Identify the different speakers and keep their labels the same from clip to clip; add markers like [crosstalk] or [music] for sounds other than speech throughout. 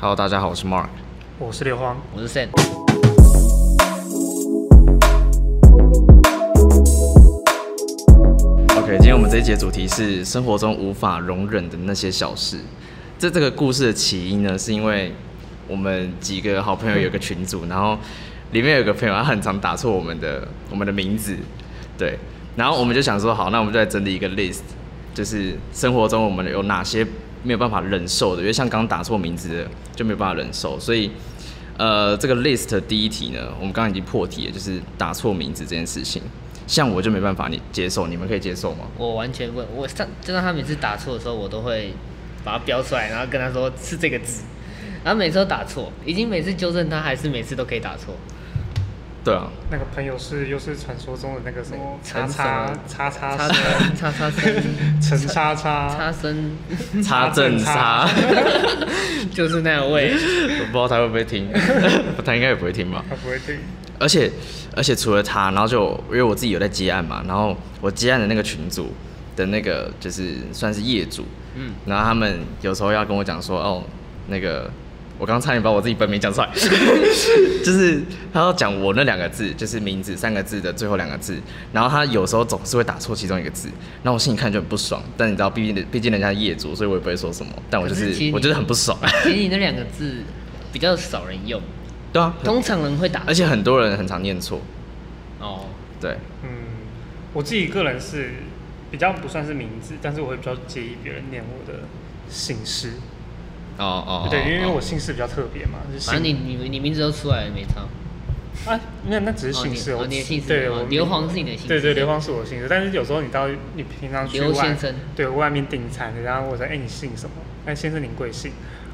Speaker 1: Hello，大家好，我是 Mark。
Speaker 2: 我是刘荒，
Speaker 3: 我是 Sam。
Speaker 1: OK，今天我们这一节主题是生活中无法容忍的那些小事。这这个故事的起因呢，是因为我们几个好朋友有一个群组，然后里面有一个朋友他很常打错我们的我们的名字，对，然后我们就想说，好，那我们就来整理一个 list，就是生活中我们有哪些没有办法忍受的，因为像刚刚打错名字的就没有办法忍受，所以呃，这个 list 的第一题呢，我们刚刚已经破题了，就是打错名字这件事情。像我就没办法，你接受，你们可以接受吗？
Speaker 3: 我完全问，我上就算他每次打错的时候，我都会把它标出来，然后跟他说是这个字，然后每次都打错，已经每次纠正他，还是每次都可以打错。
Speaker 1: 对 [laughs] 啊，
Speaker 2: 那个朋友是又是传说中的那个什么
Speaker 3: 陈
Speaker 2: 叉叉叉
Speaker 3: 叉
Speaker 2: 叉生
Speaker 3: 叉 [laughs] 叉叉生
Speaker 2: [laughs] 陈叉叉
Speaker 3: 叉生， [laughs]
Speaker 1: 差正差，
Speaker 3: 就是那
Speaker 1: [laughs]
Speaker 3: 位。
Speaker 1: 我不知道他会不会听， [laughs] 他应该也不会听吧。
Speaker 2: 他不会听，
Speaker 1: 而且而且除了他，然后就因为我自己有在接案嘛，然后我接案的那个群组的那个就是算是业主，
Speaker 3: 嗯，
Speaker 1: 然后他们有时候要跟我讲说，哦，那个我刚刚差点把我自己本名讲出来， [laughs] 就是他要讲我那两个字，就是名字三个字的最后两个字，然后他有时候总是会打错其中一个字，然后我心里看就很不爽，但你知道，毕竟毕竟人家业主，所以我也不会说什么，但我就
Speaker 3: 可
Speaker 1: 是
Speaker 3: 是其实
Speaker 1: 我就是
Speaker 3: 你
Speaker 1: 很不爽， [laughs]
Speaker 3: 其实你那两个字比较少人用，
Speaker 1: 对啊，
Speaker 3: 通常人会打
Speaker 1: 而且很多人很常念错，
Speaker 3: 哦，
Speaker 1: 对，
Speaker 2: 嗯，我自己个人是比较不算是名字，但是我会比较介意别人念我的姓氏，
Speaker 1: 哦哦，哦
Speaker 2: 对，因为
Speaker 1: 哦
Speaker 2: 我姓氏比较特别嘛，就是
Speaker 3: 反正你
Speaker 2: 姓
Speaker 3: 你你名字都出来了没差。
Speaker 2: 啊，那那只是姓氏，
Speaker 3: 哦你
Speaker 2: 我
Speaker 3: 哦你的姓氏
Speaker 2: 对，
Speaker 3: 哦
Speaker 2: 我
Speaker 3: 刘皇是你的姓氏
Speaker 2: 对对，刘皇是我的姓氏，但是有时候你到你平常去
Speaker 3: 刘
Speaker 2: 外
Speaker 3: 先生，
Speaker 2: 对外面订餐，然后我说，哎，你姓什么？哎，先生您贵姓？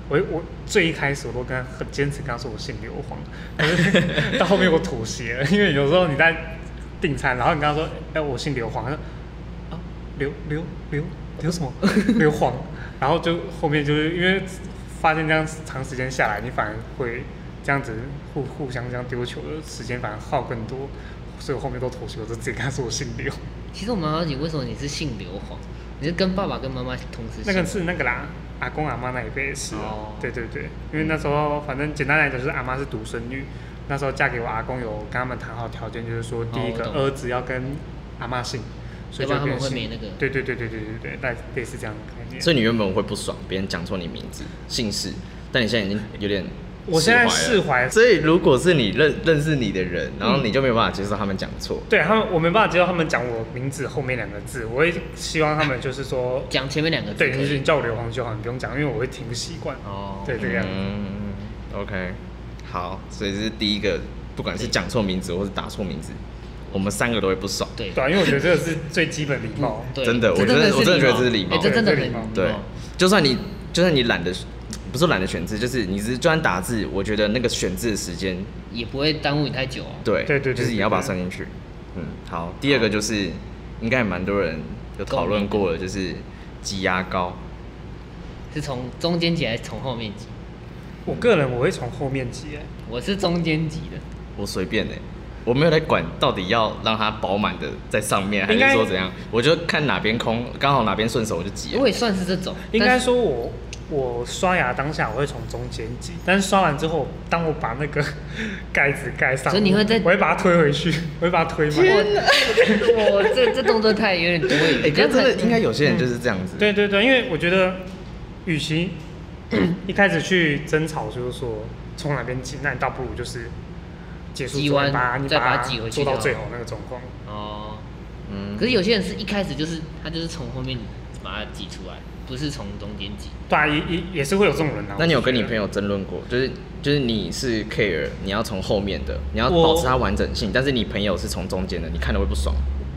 Speaker 2: 我我最一开始我都跟他很坚持，跟他说我姓刘皇，但是到后面我妥协了，因为有时候你在订餐，然后你跟他说，哎，我姓刘皇，他说啊，刘刘刘刘什么？ [laughs] 刘皇，然后就后面就是因为发现这样长时间下来，你反而会这样子互互相这样丢球的时间反而耗更多，所以我后面都妥协，我就直接跟他说我姓刘。
Speaker 3: 其实我蛮好奇，为什么你是姓刘皇？你是跟爸爸跟妈妈同时
Speaker 2: 那
Speaker 3: 姓？
Speaker 2: 个是那个啦，阿公阿妈那一辈是，
Speaker 3: 哦
Speaker 2: 对对对，因为那时候反正简单来讲就是阿妈是独生女，那时候嫁给我阿公有跟他们谈好条件，就是说第一个
Speaker 3: 哦我懂
Speaker 2: 儿子要跟阿妈姓，所以就
Speaker 3: 要不然他们
Speaker 2: 变成姓
Speaker 3: 会没那个，
Speaker 2: 对对对对对对对，类类似这样的概念。
Speaker 1: 所以你原本会不爽别人讲错你名字、姓氏，但你现在已经有点
Speaker 2: 我现在
Speaker 1: 释
Speaker 2: 释
Speaker 1: 怀
Speaker 2: 怀
Speaker 1: 了。所以如果是你认认识你的人，然后你就没有办法接受他们讲错。
Speaker 2: 对他们，我没办法接受他们讲我名字后面两个字，我会希望他们就是说
Speaker 3: 讲前面两个字
Speaker 2: 对，
Speaker 3: 可
Speaker 2: 你
Speaker 3: 以
Speaker 2: 你叫我刘皇就好，你不用讲，因为我会听不习惯。
Speaker 3: 哦，
Speaker 2: 对，这个样子。
Speaker 1: 嗯，OK，好，所以这是第一个，不管是讲错名字或是打错名字，我们三个都会不爽。
Speaker 3: 对
Speaker 2: 对啊，因为我觉得这个是最基本礼貌。
Speaker 3: 对，
Speaker 1: 真的
Speaker 3: 这
Speaker 1: 我觉得
Speaker 3: 是
Speaker 1: 我真的觉得
Speaker 3: 貌
Speaker 1: 这是礼貌
Speaker 3: 哎这真
Speaker 2: 对
Speaker 3: 的
Speaker 2: 这
Speaker 3: 很
Speaker 2: 是礼貌
Speaker 1: 对，就算你就算你懒得，不是懒得选字，就是你只是就算打字，我觉得那个选字的时间
Speaker 3: 也不会耽误你太久哦。
Speaker 1: 对
Speaker 2: 对对对
Speaker 1: 就是你要把它算进去。嗯，好，第二个就是应该也蛮多人有讨论过的，就是挤牙膏。
Speaker 3: 是从中间挤还是从后面挤？
Speaker 2: 我个人我会从后面挤、欸，
Speaker 3: 我是中间挤的，
Speaker 1: 我随便哎、我没有在管到底要让它饱满的在上面，还
Speaker 2: 应
Speaker 1: 是
Speaker 2: 该
Speaker 1: 说怎样，我就看哪边空，刚好哪边顺手我就挤了。
Speaker 3: 我也算是这种，
Speaker 2: 应该
Speaker 3: 但是
Speaker 2: 说我我刷牙当下我会从中间挤，但是刷完之后，当我把那个 [laughs] 盖子盖上，
Speaker 3: 所以你会在
Speaker 2: 我会把它推回去， [laughs] 我会把它推满。
Speaker 3: [laughs] 我 [laughs] 我这这动作太有点多余。
Speaker 1: 哎、可是真的应该
Speaker 3: 有
Speaker 1: 有些人就是这样子。
Speaker 2: 嗯对对对，因为我觉得，与
Speaker 3: [coughs]
Speaker 2: 其一开始去争吵，就是说从哪边挤，那你倒不如就是结束
Speaker 3: 挤
Speaker 2: 之后
Speaker 3: 完
Speaker 2: 把你
Speaker 3: 再把它
Speaker 2: 它
Speaker 3: 挤回
Speaker 2: 做
Speaker 3: 去
Speaker 2: 到
Speaker 3: 就好
Speaker 2: 最好那个状况。
Speaker 3: 哦。
Speaker 1: 嗯
Speaker 3: 可，是有些人是一开始就是他就是从后面把它挤出来，不是从中间挤。
Speaker 2: 对啊，也也也是会有这种人啊。
Speaker 1: 那你有
Speaker 2: 我觉
Speaker 1: 跟
Speaker 2: 得
Speaker 1: 你朋？友争论过，就是就是你是 care，你要从后面的，你要
Speaker 2: 我
Speaker 1: 保持它完整性，但是你朋友是从中间的，你看了会不爽。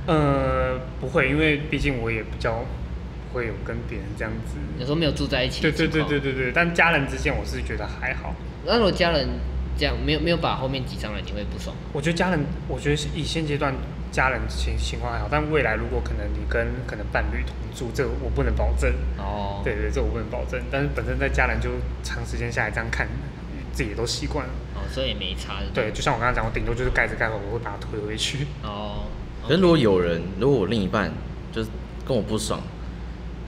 Speaker 2: 呃，不会，因为毕竟我也比较不会有跟别人这样子。
Speaker 3: 有时候没有住在一起
Speaker 2: 对
Speaker 3: 的
Speaker 2: 对
Speaker 3: 情
Speaker 2: 对
Speaker 3: 况，
Speaker 2: 对对对，但家人之间我是觉得还好。
Speaker 3: 那如果家人这样没有没有把后面挤上来，你会不爽吗？
Speaker 2: 我觉得家人，我觉得以现阶段家人情情况还好，但未来如果可能你跟可能伴侣同住，这个我不能保证。
Speaker 3: 哦，
Speaker 2: 对对，这我不能保证。但是本身在家人就长时间下来这样看，自己也都习惯了。
Speaker 3: 哦，所以也没差。不
Speaker 2: 对，，就像我刚刚讲，我顶多就是盖着盖好，我会把它推回去。 [laughs]
Speaker 3: 哦，
Speaker 1: 可是如果有人，如果我另一半就是跟我不爽，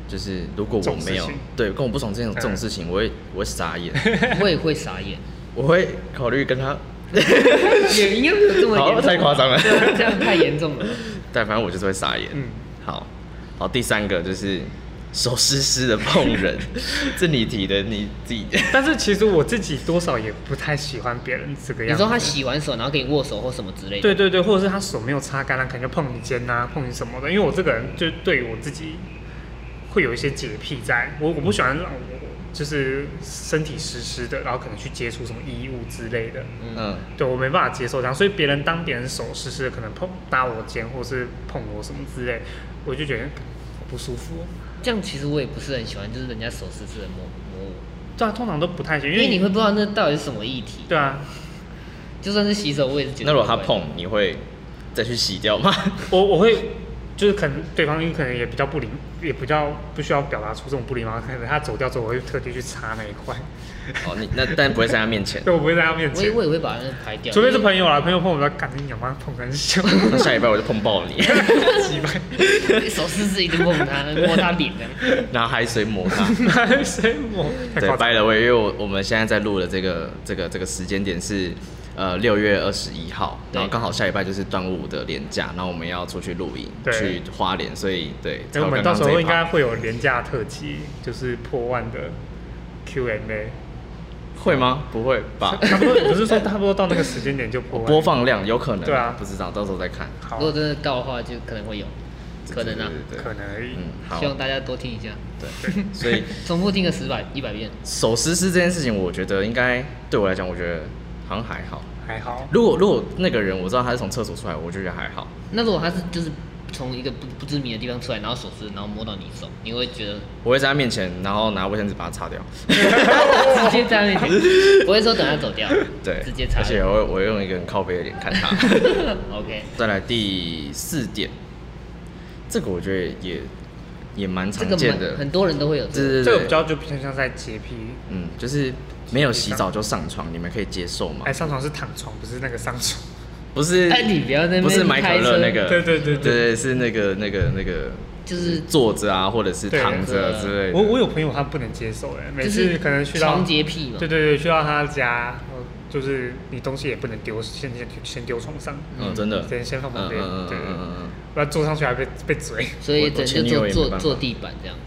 Speaker 1: 就是如果
Speaker 2: 这
Speaker 1: 我
Speaker 2: 种
Speaker 1: 没有
Speaker 2: 事情
Speaker 1: 对跟我不爽这种这种
Speaker 2: 嗯
Speaker 1: 事情，我会我会傻眼，
Speaker 3: 我也会傻眼，
Speaker 1: 我会考虑跟他。
Speaker 3: [laughs] 也应该没有这么严重
Speaker 1: 好
Speaker 3: 吧，
Speaker 1: 太夸张了
Speaker 3: 对啊这样太严重
Speaker 1: [laughs]
Speaker 3: 了。
Speaker 1: 但反正我就是会傻眼。
Speaker 2: 嗯
Speaker 1: 好，好，第三个就是手湿湿的碰
Speaker 2: [laughs]
Speaker 1: 人，这你提的，你自己
Speaker 2: 但是其实我自己多少也不太喜欢别人这个
Speaker 3: 你
Speaker 2: 样子。
Speaker 3: 说他洗完手然后给你握手或什么之类的，
Speaker 2: 对对对，或者是他手没有擦干啊，可能就碰你肩呐、碰你什么的。因为我这个人就对于我自己会有一些洁癖在，我我不喜欢让我就是身体湿湿的，然后可能去接触什么衣物之类的。
Speaker 1: 嗯，
Speaker 2: 对我没办法接受这样，所以别人当别人手湿湿的，可能碰搭我肩或是碰我什么之类，我就觉得好不舒服哦。
Speaker 3: 这样其实我也不是很喜欢，就是人家手湿湿的摸摸我，
Speaker 2: 对啊，通常都不太行，
Speaker 3: 因为你会不知道那到底是什么议题。
Speaker 2: 对啊，
Speaker 3: 就算是洗手，我也是觉得。
Speaker 1: 那如果他，碰，你会再去洗掉
Speaker 2: [laughs]
Speaker 1: 吗？
Speaker 2: 我我会就是可能对方因为可能也比较不礼，也比较不需要表达出这种不礼貌，可能他走掉之后，我会特地去擦那一块，
Speaker 1: 哦，你那但不会在他面
Speaker 2: [laughs]
Speaker 1: 前。
Speaker 2: 对我不会在他面
Speaker 3: 我也
Speaker 2: 前，
Speaker 3: 我也会把那个排掉。
Speaker 2: 除非是
Speaker 3: 因为
Speaker 2: 朋友啦，朋友碰我比较感你娘妈碰很小，
Speaker 1: 那下礼拜我就碰爆你， [laughs]
Speaker 2: 几百，
Speaker 3: [laughs] 手湿湿一直碰他，摸他脸的。
Speaker 1: [laughs] 拿海水抹他。
Speaker 2: 谁我太
Speaker 1: 对
Speaker 2: 夸张
Speaker 1: ，by the way，因为我我们现在在录的这个这个这个时间点是呃六月二十一号，
Speaker 3: 对
Speaker 1: 然后刚好下礼拜就是端午的连假，然后我们要出去露营，
Speaker 2: 对
Speaker 1: 去花莲，所以对，
Speaker 2: 哎我们
Speaker 1: 才有刚
Speaker 2: 到
Speaker 1: 刚
Speaker 2: 时候
Speaker 1: 这一
Speaker 2: 应
Speaker 1: 趴
Speaker 2: 该会有廉价特辑，就是破万的 Q&A，
Speaker 1: 会吗？不会吧？
Speaker 2: 差 [laughs] 不多不是说差不多到那个时间点就破
Speaker 1: 我
Speaker 2: 万，
Speaker 1: 播放量有可能，
Speaker 2: 对啊
Speaker 1: 不知道，到时候再看。
Speaker 2: 好
Speaker 3: 如，果真的到的话，就可能会有，可能啊。
Speaker 1: 对
Speaker 2: 可能而已
Speaker 1: 嗯，好
Speaker 3: 希，望大家多听一下，
Speaker 1: 对，所
Speaker 3: [laughs]
Speaker 1: 以
Speaker 3: 重复听个十百一百遍。
Speaker 1: 手撕撕这件事情，我觉得应该对我来讲，我觉得好像还好。
Speaker 2: 还好，
Speaker 1: 如果如果那个人我知道他是从厕所出来，我就觉得还好。
Speaker 3: 那如果他是就是从一个不不知名的地方出来，然后手湿，然后摸到你手，你会觉得
Speaker 1: 我会在他面前，然后拿卫生纸把它擦掉。
Speaker 3: 直接在那里，不会说等他走掉，
Speaker 1: 对，
Speaker 3: 直接擦
Speaker 1: 而。且我会我会用一个很靠背的脸看他。
Speaker 3: [laughs] OK，
Speaker 1: 再来第四点，这个我觉得也也蛮
Speaker 3: 这
Speaker 1: 常
Speaker 3: 个
Speaker 1: 见
Speaker 3: 蛮
Speaker 1: 的，
Speaker 3: 很多人都会有这
Speaker 1: 对
Speaker 3: 个。
Speaker 1: 对
Speaker 2: 这个
Speaker 1: 对，
Speaker 2: 比较就比较像在洁癖，
Speaker 1: 嗯，就是没有洗澡就上床，你们可以接受吗
Speaker 2: 哎，？上床是躺床，不是那个上床，
Speaker 1: 不是，
Speaker 3: 哎，你不要在那边
Speaker 1: 不是买可
Speaker 3: 开
Speaker 1: 乐
Speaker 3: 车
Speaker 1: 那个，
Speaker 2: 对对对
Speaker 1: 对对，是那个那个那个
Speaker 3: 就是
Speaker 1: 坐着啊，或者是
Speaker 2: 对
Speaker 1: 躺着之类的。
Speaker 2: 我我有朋友他不能接受，哎，每
Speaker 3: 就是
Speaker 2: 次可能去到
Speaker 3: 床洁癖嘛。
Speaker 2: 对对对，去到他家，呃就是你东西也不能丢，先先先丢床上，
Speaker 1: 嗯，真的，
Speaker 2: 先先放旁边，
Speaker 1: 嗯嗯嗯
Speaker 2: 对对
Speaker 1: 嗯
Speaker 2: 对，
Speaker 1: 嗯嗯，
Speaker 2: 不然坐上去还被被嘴。
Speaker 3: 所以
Speaker 1: 我
Speaker 3: 整
Speaker 1: 我
Speaker 3: 就
Speaker 1: 前女友也
Speaker 3: 坐
Speaker 1: 没
Speaker 3: 坐
Speaker 1: 办法
Speaker 3: 坐地板这样。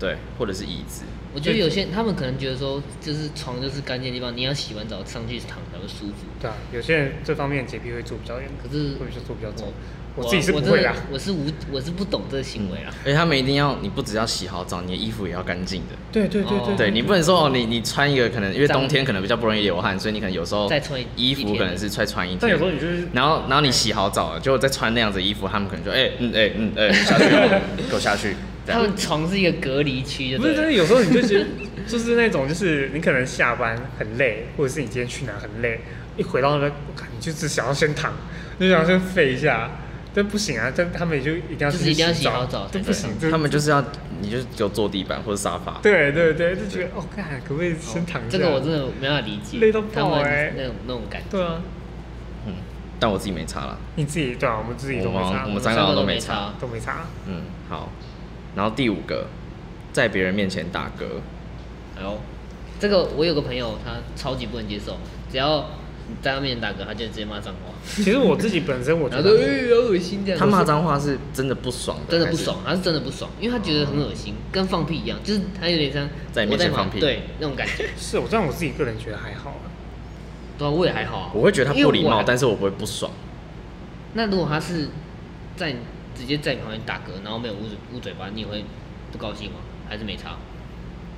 Speaker 1: 对，或者是椅子，
Speaker 3: 我觉得有些他们可能觉得说，就是床就是干净的地方，你要洗完澡上去躺才会舒服。
Speaker 2: 对啊，有些人这方面洁癖会做比较严，
Speaker 3: 可是
Speaker 2: 会比较做比较重
Speaker 3: 我。
Speaker 2: 我自己是不
Speaker 3: 嗯我真
Speaker 2: 会
Speaker 3: 的
Speaker 2: 啦，
Speaker 3: 我是无我是不懂这个行为啊。
Speaker 1: 而且他们一定要，你不只要洗好澡，你的衣服也要干净的。
Speaker 2: 对对对
Speaker 3: 哦
Speaker 2: 对
Speaker 1: 对你不能说哦，你你穿一个可能因为
Speaker 3: 脏
Speaker 1: 冬天可能比较不容易流汗，所以你可能有时候
Speaker 3: 再穿一
Speaker 1: 衣服
Speaker 3: 一
Speaker 1: 可
Speaker 3: 天
Speaker 1: 能是再穿一
Speaker 2: 但有
Speaker 1: 天
Speaker 2: 时，候你就是
Speaker 1: 然后然后你洗好澡了，结果再穿那样子的衣服，他们可能就哎嗯哎嗯哎下去哦，给我下去，啊这
Speaker 3: 他
Speaker 1: 样
Speaker 3: 们床是一个隔离区，就
Speaker 2: 不是，但
Speaker 3: 对了
Speaker 2: 是有时候你就觉得 [laughs] 就是那种，就是你可能下班很累，或者是你今天去哪很累，一回到那边，我靠你就只想要先躺，你就想要先废一下，但不行啊，但他们也就一定要
Speaker 3: 就是
Speaker 2: 先
Speaker 3: 一定要
Speaker 2: 洗
Speaker 3: 洗好澡
Speaker 2: 这
Speaker 3: 才
Speaker 2: 不行，这
Speaker 1: 他们就是要你就是给我坐地板或者沙发，
Speaker 2: 对对对，就觉得哦，看可不可以先躺一下？
Speaker 3: 哦这个我真的没办法理解，
Speaker 2: 累到
Speaker 3: 他
Speaker 2: 爆欸
Speaker 3: 们那种那种感觉。
Speaker 2: 对啊，
Speaker 1: 嗯，但我自己没擦了。
Speaker 2: 你自己对啊，我们自己都没
Speaker 1: 我
Speaker 2: 差，
Speaker 1: 哦们我们
Speaker 3: 三
Speaker 1: 三
Speaker 3: 个
Speaker 1: 个
Speaker 3: 都
Speaker 1: 都
Speaker 3: 没
Speaker 1: 没
Speaker 3: 差
Speaker 1: 差，
Speaker 2: 都没差。
Speaker 1: 嗯，好。然后第五个，在别人面前打嗝，
Speaker 3: 哎呦，这个我有个朋友，他超级不能接受，只要你在他面前打嗝，他就直接骂脏话，
Speaker 2: 其实我自己本身我觉
Speaker 3: [laughs] 然后说哎
Speaker 2: 得，
Speaker 3: 好恶心这样。
Speaker 1: 他骂脏话是真的不爽的，
Speaker 3: 真的
Speaker 1: [laughs]
Speaker 3: 不爽，他是真的不爽，因为他觉得很恶心，跟放屁一样，就是他有点像
Speaker 1: 在你面前
Speaker 3: 我忙
Speaker 1: 放屁
Speaker 3: 对那种感
Speaker 1: [laughs]
Speaker 3: 觉。
Speaker 2: 是我但我自己个人觉得还好啊。
Speaker 3: 对啊，我也还好、啊
Speaker 1: 还。是。我会觉得他不礼
Speaker 3: 因为我
Speaker 1: 貌
Speaker 3: 还，
Speaker 1: 但是我不会不爽。
Speaker 3: 那如果他是在你直接在你旁边打嗝，然后没有捂嘴捂嘴巴，你也会不高兴吗？还是没差？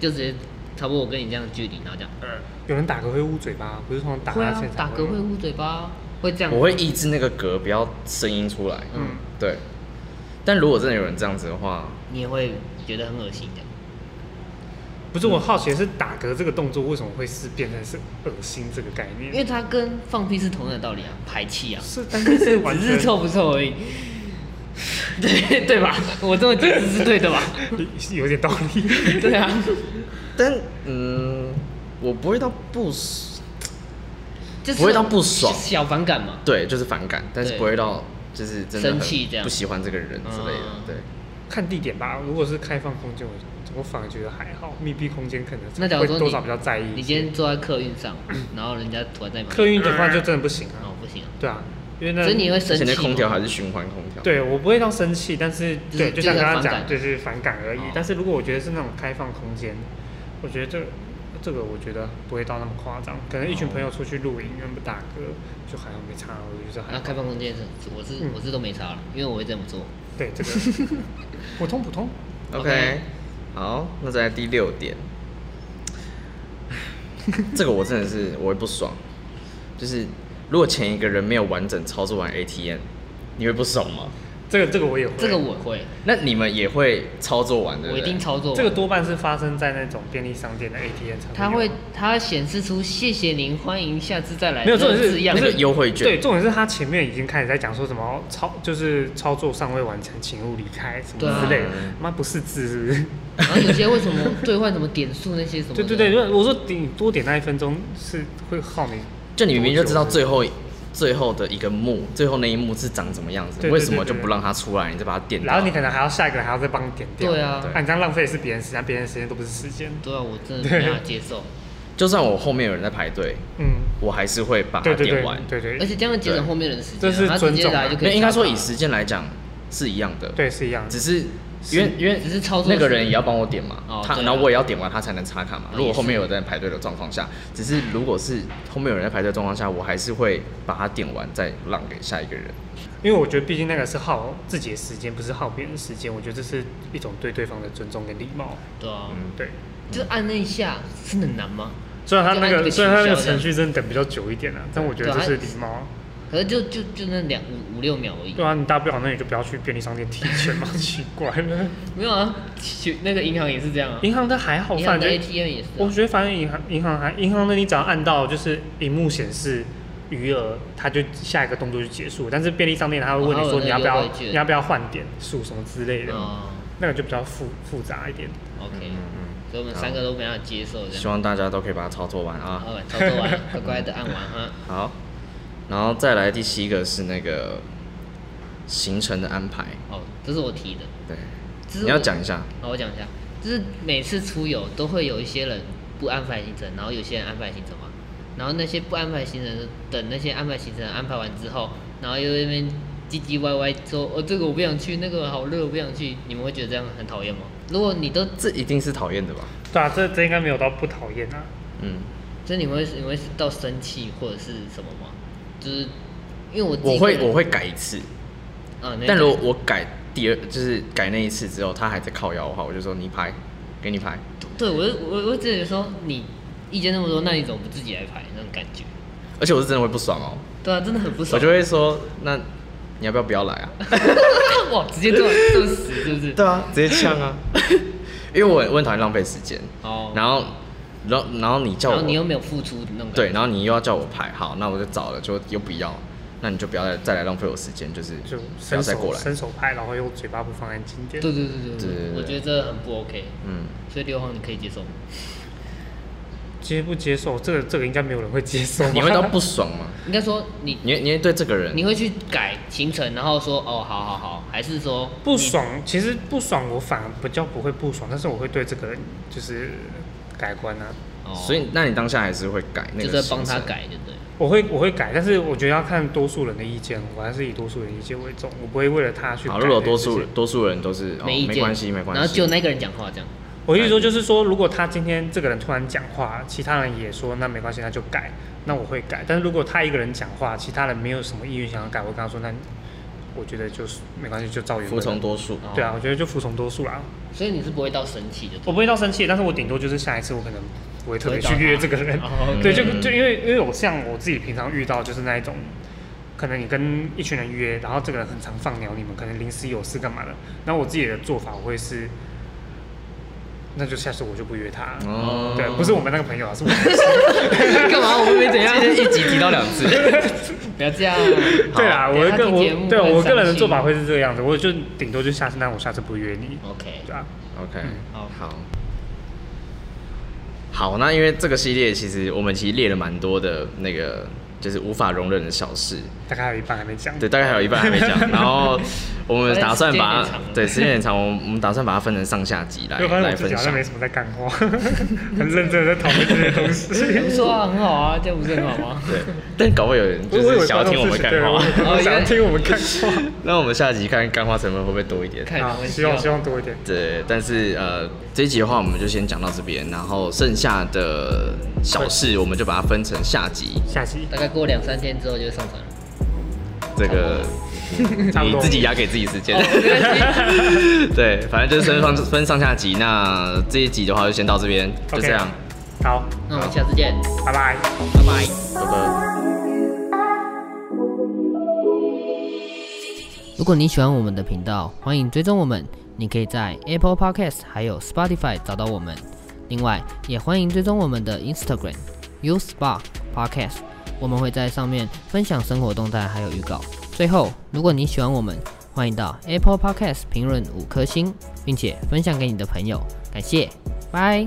Speaker 3: 就直接差不多我跟你这样的距离，然后这样。
Speaker 2: 有人打嗝会捂嘴巴，不是通常打
Speaker 3: 嗯会
Speaker 2: 他
Speaker 3: 啊
Speaker 2: 现，
Speaker 3: 打嗝会捂嘴巴，会这样。
Speaker 1: 我会抑制那个嗝，不要声音出来。
Speaker 2: 嗯，
Speaker 1: 对。但如果真的有人这样子的话，
Speaker 3: 你也会觉得很恶心的。
Speaker 2: 不是我好奇的是打嗝这个动作为什么会是变成是恶心这个概念？
Speaker 3: 因为它跟放屁是同样的道理啊，排气啊，
Speaker 2: 是，但是是 [laughs] 完
Speaker 3: 只是
Speaker 2: 全
Speaker 3: 臭不臭而已。 [laughs] 对对吧？我这么解释是对的吧？ [laughs]
Speaker 2: 有点道理。 [laughs]
Speaker 3: 对啊，
Speaker 1: 但嗯，我不会到不爽，
Speaker 3: 就是
Speaker 1: 不会到不爽
Speaker 3: 小反感嘛。
Speaker 1: 对，就是反感，但是
Speaker 3: 对
Speaker 1: 不会到就是真的很
Speaker 3: 生气这样
Speaker 1: 不喜欢这个人之类的
Speaker 3: 嗯。
Speaker 1: 对，
Speaker 2: 看地点吧，如果是开放空间，我我反而觉得还好，密闭空间可能
Speaker 3: 那假如
Speaker 2: 会
Speaker 3: 说
Speaker 2: 多
Speaker 3: 你
Speaker 2: 少比较在意一些。
Speaker 3: 你今天坐在客运上， [coughs] 然后人家突然在你旁边
Speaker 2: 客运的话就真的不行啊，
Speaker 3: 哦不行啊，
Speaker 2: 对啊，因为那
Speaker 3: 所以你
Speaker 1: 嗯
Speaker 3: 会
Speaker 1: 而
Speaker 3: 生
Speaker 1: 且那
Speaker 3: 气
Speaker 1: 空调
Speaker 3: 吗
Speaker 1: 还是循环空调。，
Speaker 2: 对我不会到生气，但是
Speaker 3: 就是
Speaker 2: 对，就像
Speaker 3: 就是
Speaker 2: 刚刚
Speaker 3: 反
Speaker 2: 讲，
Speaker 3: 感
Speaker 2: 就是反感而已
Speaker 3: 哦。
Speaker 2: 但是如果我觉得是那种开放空间，我觉得这这个我觉得不会到那么夸张，可能一群
Speaker 1: 哦
Speaker 2: 朋友出去露营，那么打嗝就好像没差，我觉得还
Speaker 3: 那
Speaker 2: 好
Speaker 3: 啊开放空间是，我是
Speaker 2: 嗯
Speaker 3: 我是都没差了，因为我会这么做。
Speaker 2: 对这个 [laughs] 普通普通，
Speaker 1: OK，
Speaker 3: OK
Speaker 1: 好，那再来第六点， [sighs] 这个我真的是我会不爽，就是如果前一个人没有完整操作完 ATM，你会不爽吗？
Speaker 2: 这个这个我也会，
Speaker 3: 这个我会，
Speaker 1: 那你们也会操作完的？
Speaker 3: 我一定操作完。
Speaker 2: 这个多半是发生在那种便利商店的 ATM 上，
Speaker 3: 它会它会显示出谢谢您，欢迎下次再来。
Speaker 2: 没有重
Speaker 3: 这
Speaker 2: 点
Speaker 3: 种
Speaker 2: 是
Speaker 3: 字样
Speaker 1: 那个
Speaker 3: 的，
Speaker 1: 优惠
Speaker 2: 对，
Speaker 1: 券，
Speaker 2: 重点是他前面已经开始在讲说什么操，就是操作尚未完成，请勿离开什
Speaker 3: 对
Speaker 2: 么
Speaker 3: 啊
Speaker 2: 之类的，妈、不是字是不是？
Speaker 3: 然后有些为什么兑换什么点数那些什么的，
Speaker 2: 对对对，如果我说你多点那一分钟是会耗你，
Speaker 1: 就你明明就知道最后最后的一个幕，最后那一幕是长什么样子，
Speaker 2: 对对
Speaker 1: 为什么
Speaker 2: 对
Speaker 1: 就
Speaker 2: 对
Speaker 1: 不让它出来？你再把它点到。
Speaker 2: 然后你可能还要下一个人还要再帮你点掉，
Speaker 3: 对啊
Speaker 2: 那、你这样浪费的是别人时间，啊别人时间都不是时间，
Speaker 3: 对啊，我真的没办法接受。
Speaker 1: 就算我后面有人在排队，
Speaker 2: 嗯，
Speaker 1: 我还是会把它
Speaker 2: 对对
Speaker 1: 点
Speaker 2: 对
Speaker 1: 完。
Speaker 2: 对对
Speaker 3: 而且这样节省后面人的时间
Speaker 2: 这是
Speaker 3: 啊，他直
Speaker 2: 尊
Speaker 3: 接
Speaker 2: 重啊
Speaker 3: 来就可
Speaker 1: 没有
Speaker 3: 以。
Speaker 1: 应该说以，时间来讲是一样的，
Speaker 2: 对是一样的，
Speaker 1: 只是因为因为
Speaker 3: 只是操作
Speaker 1: 那个人也要帮我点嘛，
Speaker 3: 哦
Speaker 1: 他
Speaker 3: 对啊
Speaker 1: 然后我也要点完他才能插卡嘛。
Speaker 3: 哦
Speaker 1: 如果后面
Speaker 3: 也
Speaker 1: 有
Speaker 3: 是
Speaker 1: 人在排队的状况下，只是如果是后面有人在排队的状况下，我还是会把它点完再让给下一个人。
Speaker 2: 因为我觉得毕竟那个是耗自己的时间，不是耗别人的时间，我觉得这是一种对对方的尊重跟礼貌，
Speaker 3: 对啊，
Speaker 1: 嗯
Speaker 2: 对。
Speaker 3: 就按那一下真的很难吗？
Speaker 2: 虽然啊他那
Speaker 3: 就按
Speaker 2: 个
Speaker 3: 个
Speaker 2: 虽然他那个
Speaker 3: 取消这
Speaker 2: 程
Speaker 3: 样
Speaker 2: 序真的等比较久一点啊，但我觉得这是礼貌啊。
Speaker 3: 可是就就就那两五五六秒而已
Speaker 2: 对。啊，你大不了那你就不要去便利商店提钱 [laughs] 嘛，奇怪了。
Speaker 3: 没有啊，去那个银行也是这样啊，
Speaker 2: 银行的还好，
Speaker 3: 银
Speaker 2: 反
Speaker 3: 行的
Speaker 2: 正
Speaker 3: ATM 也是啊。
Speaker 2: 我觉得反正银行银行还银行的，你只要按到就是荧幕显示余额，它就下一个动作就结束。但是便利商店他会问你说
Speaker 3: 哦
Speaker 2: 你要
Speaker 3: 还有那个
Speaker 2: 不要
Speaker 3: 优惠券
Speaker 2: 你要不要换点数什么之类的，
Speaker 3: 哦
Speaker 2: 那个就比较复复杂一点。
Speaker 3: ，OK，
Speaker 1: 嗯
Speaker 3: 所以我们三个都没办法接受这样
Speaker 1: 希。望大家都可以把它操作完啊。
Speaker 3: 好，操作完，乖乖的按完哈。
Speaker 1: 好，然后再来第七个是那个行程的安排，
Speaker 3: 哦，这是我提的。
Speaker 1: 对，
Speaker 3: 这是
Speaker 1: 你要
Speaker 3: 我
Speaker 1: 讲一下。
Speaker 3: 好，我讲一下，就是每次出游都会有一些人不安排行程，然后有些人安排行程嘛，然后那些不安排行程的，等那些安排行程的安排完之后，然后又在那边唧唧歪歪说，哦，这个我不想去，那个好热，我不想去，你们会觉得这样很讨厌吗？如果你都，
Speaker 1: 这一定是讨厌的吧？
Speaker 2: 对啊，这这应该没有到不讨厌啊。
Speaker 1: 嗯，
Speaker 3: 就你们会你们会到生气或者是什么吗？就是因为我自己
Speaker 1: 我会
Speaker 3: 个人
Speaker 1: 我会改一次，
Speaker 3: 啊，那
Speaker 1: 但
Speaker 3: 个
Speaker 1: 如果我改第二就是改那一次之后，他还在靠腰的话，我就说你拍，给你拍。
Speaker 3: 对我就我我只觉得说你意见那么多，那你怎么不自己来排那种感觉？
Speaker 1: 而且我是真的会不爽哦，
Speaker 3: 对啊，真的很不
Speaker 1: 我
Speaker 3: 爽
Speaker 1: 就。会说那你要不要不要来
Speaker 3: [laughs]
Speaker 1: 啊？
Speaker 3: 哇，直接这么这么死是不是？
Speaker 1: 对啊，直接呛啊， [laughs] 因为我很我很讨厌浪费时间。
Speaker 3: 哦，
Speaker 1: 然后，然后然后你叫
Speaker 3: 然
Speaker 1: 我
Speaker 3: 后你又没有付出的那种感觉
Speaker 1: 对，然后你又要叫我排，好，那我就找了，就又不要，那你就不要再再来浪费我时间，就是
Speaker 2: 就
Speaker 1: 不要
Speaker 2: 伸
Speaker 1: 再
Speaker 2: 手
Speaker 1: 过来。
Speaker 2: 伸手拍，然后用嘴巴不放在经典。
Speaker 3: 对对对对
Speaker 1: 对对对
Speaker 3: 我觉得这很不 OK。
Speaker 1: 嗯，
Speaker 3: 所以刘皇，你可以接受吗？
Speaker 2: 接不接受这个这个应该没有人会接受吧。
Speaker 1: 你会到不爽吗？
Speaker 3: 应该说你
Speaker 1: 你会你会对这个人，
Speaker 3: 你会去改行程，然后说哦，好好好，还是说
Speaker 2: [laughs]
Speaker 3: 哦
Speaker 2: 不爽，其实不爽我反而比较不会不爽，但是我会对这个人就是改观啊。
Speaker 3: 哦，
Speaker 1: 所以那你当下还是会改那
Speaker 3: 就
Speaker 1: 个，
Speaker 3: 是帮他。改，对不对？
Speaker 2: 我会我会改，但是我觉得要看多数人的意见，我还是以多数人意见为重，我不会为了他去改
Speaker 1: 好，
Speaker 2: 这件
Speaker 1: 如
Speaker 2: 事情。
Speaker 1: 果多数多数人都是哦，
Speaker 3: 没意见，
Speaker 1: 没关系没关系，
Speaker 3: 然后只有那个人讲话这样，
Speaker 2: 我意思说就是说，如果他今天这个人突然讲话，其他人也说那没关系，那就改，那我会改。但是如果他一个人讲话，其他人没有什么意愿想要改，我跟他说那我觉得就是没关系，就照原
Speaker 1: 服
Speaker 2: 本
Speaker 1: 从。多数。
Speaker 3: 哦
Speaker 2: 对啊，我觉得就服从多数啦，
Speaker 3: 所以你是不会到生气的。 [laughs]
Speaker 2: 我不会到生气，但是我顶多就是下一次我可能不会特别
Speaker 3: 不
Speaker 2: 去
Speaker 3: 会找
Speaker 2: 约
Speaker 3: 他
Speaker 2: 这个人。
Speaker 3: 哦，OK
Speaker 2: 对，就
Speaker 1: 嗯
Speaker 2: 就因为因为我像我自己平常遇到就是那一种，可能你跟一群人约，然后这个人很常放鸟你们，可能临时有事干嘛的。那我自己的做法我会是，那就下次我就不约他。
Speaker 1: 哦
Speaker 2: 对，不是我们那个朋友啊，是我
Speaker 3: 干嘛？我们没怎样，
Speaker 1: 一集提到两
Speaker 3: [laughs]
Speaker 1: 次，
Speaker 3: 不要这样。
Speaker 2: 对啦，
Speaker 3: [laughs] 好
Speaker 2: 我
Speaker 3: 等一下
Speaker 2: 个
Speaker 3: 听
Speaker 2: 我
Speaker 3: 节目
Speaker 2: 对
Speaker 3: 会
Speaker 2: 我
Speaker 3: 伤
Speaker 2: 个人的做
Speaker 3: 心
Speaker 2: 法会是这个样子，我就顶多就下次，那我下次不约你，
Speaker 3: OK，
Speaker 2: 对啊，
Speaker 1: OK，
Speaker 3: 好
Speaker 1: 好，好，那因为这个系列其实我们其实列了蛮多的那个就是无法容忍的小事，
Speaker 2: 大概还有一半还没讲。
Speaker 1: 对，大概还有一半还没讲。然后我们打算把
Speaker 3: 时间有点长了
Speaker 1: 对时间很长，我们我们打算把它分成上下集来
Speaker 2: 就发现
Speaker 1: 来
Speaker 2: 我自
Speaker 1: 分
Speaker 2: 己好像
Speaker 1: 享
Speaker 2: 没。什么在干话， [laughs] 很认真的在讨论这些东西。
Speaker 3: 不错啊，很好啊，这样不是很好吗？ [laughs]
Speaker 1: 对，但搞不好有人就
Speaker 2: 我以
Speaker 1: 是
Speaker 2: 为
Speaker 1: 想要
Speaker 2: 观众
Speaker 1: 听我们
Speaker 2: 是
Speaker 1: 干
Speaker 2: 对
Speaker 1: 话， [laughs] 哦
Speaker 2: 我以为想要听我们干话。
Speaker 1: 那我们下集看干话成分会不会多一点？
Speaker 3: 看
Speaker 2: 啊，
Speaker 3: 我
Speaker 2: 希望希望多一点。
Speaker 1: 对，但是呃，这一集的话我们就先讲到这边，然后剩下的小事我们就把它分成下集。
Speaker 2: 下集
Speaker 1: [laughs]
Speaker 3: 大概过两三天之后就会上传了。
Speaker 1: 这个
Speaker 2: 差不
Speaker 1: 你
Speaker 2: 多
Speaker 1: 自己压给自己时间
Speaker 3: 哦，。没关
Speaker 1: [laughs]
Speaker 3: 系
Speaker 1: 对，反正就是分上分上下集。那这一集的话就先到这边，就
Speaker 2: OK
Speaker 1: 这样，
Speaker 2: [laughs] 好，
Speaker 3: 那我们下次见，
Speaker 2: 拜拜。
Speaker 3: 拜拜。
Speaker 1: 拜拜。
Speaker 3: 如果你喜欢我们的频道，欢迎追踪我们。你可以在 Apple Podcast 还有 Spotify 找到我们。另外，也欢迎追踪我们的 Instagram U Spa Podcast，我们会在上面分享生活动态还有预告。最后，如果你喜欢我们，欢迎到 Apple Podcast 评论五颗星，并且分享给你的朋友。感谢，拜。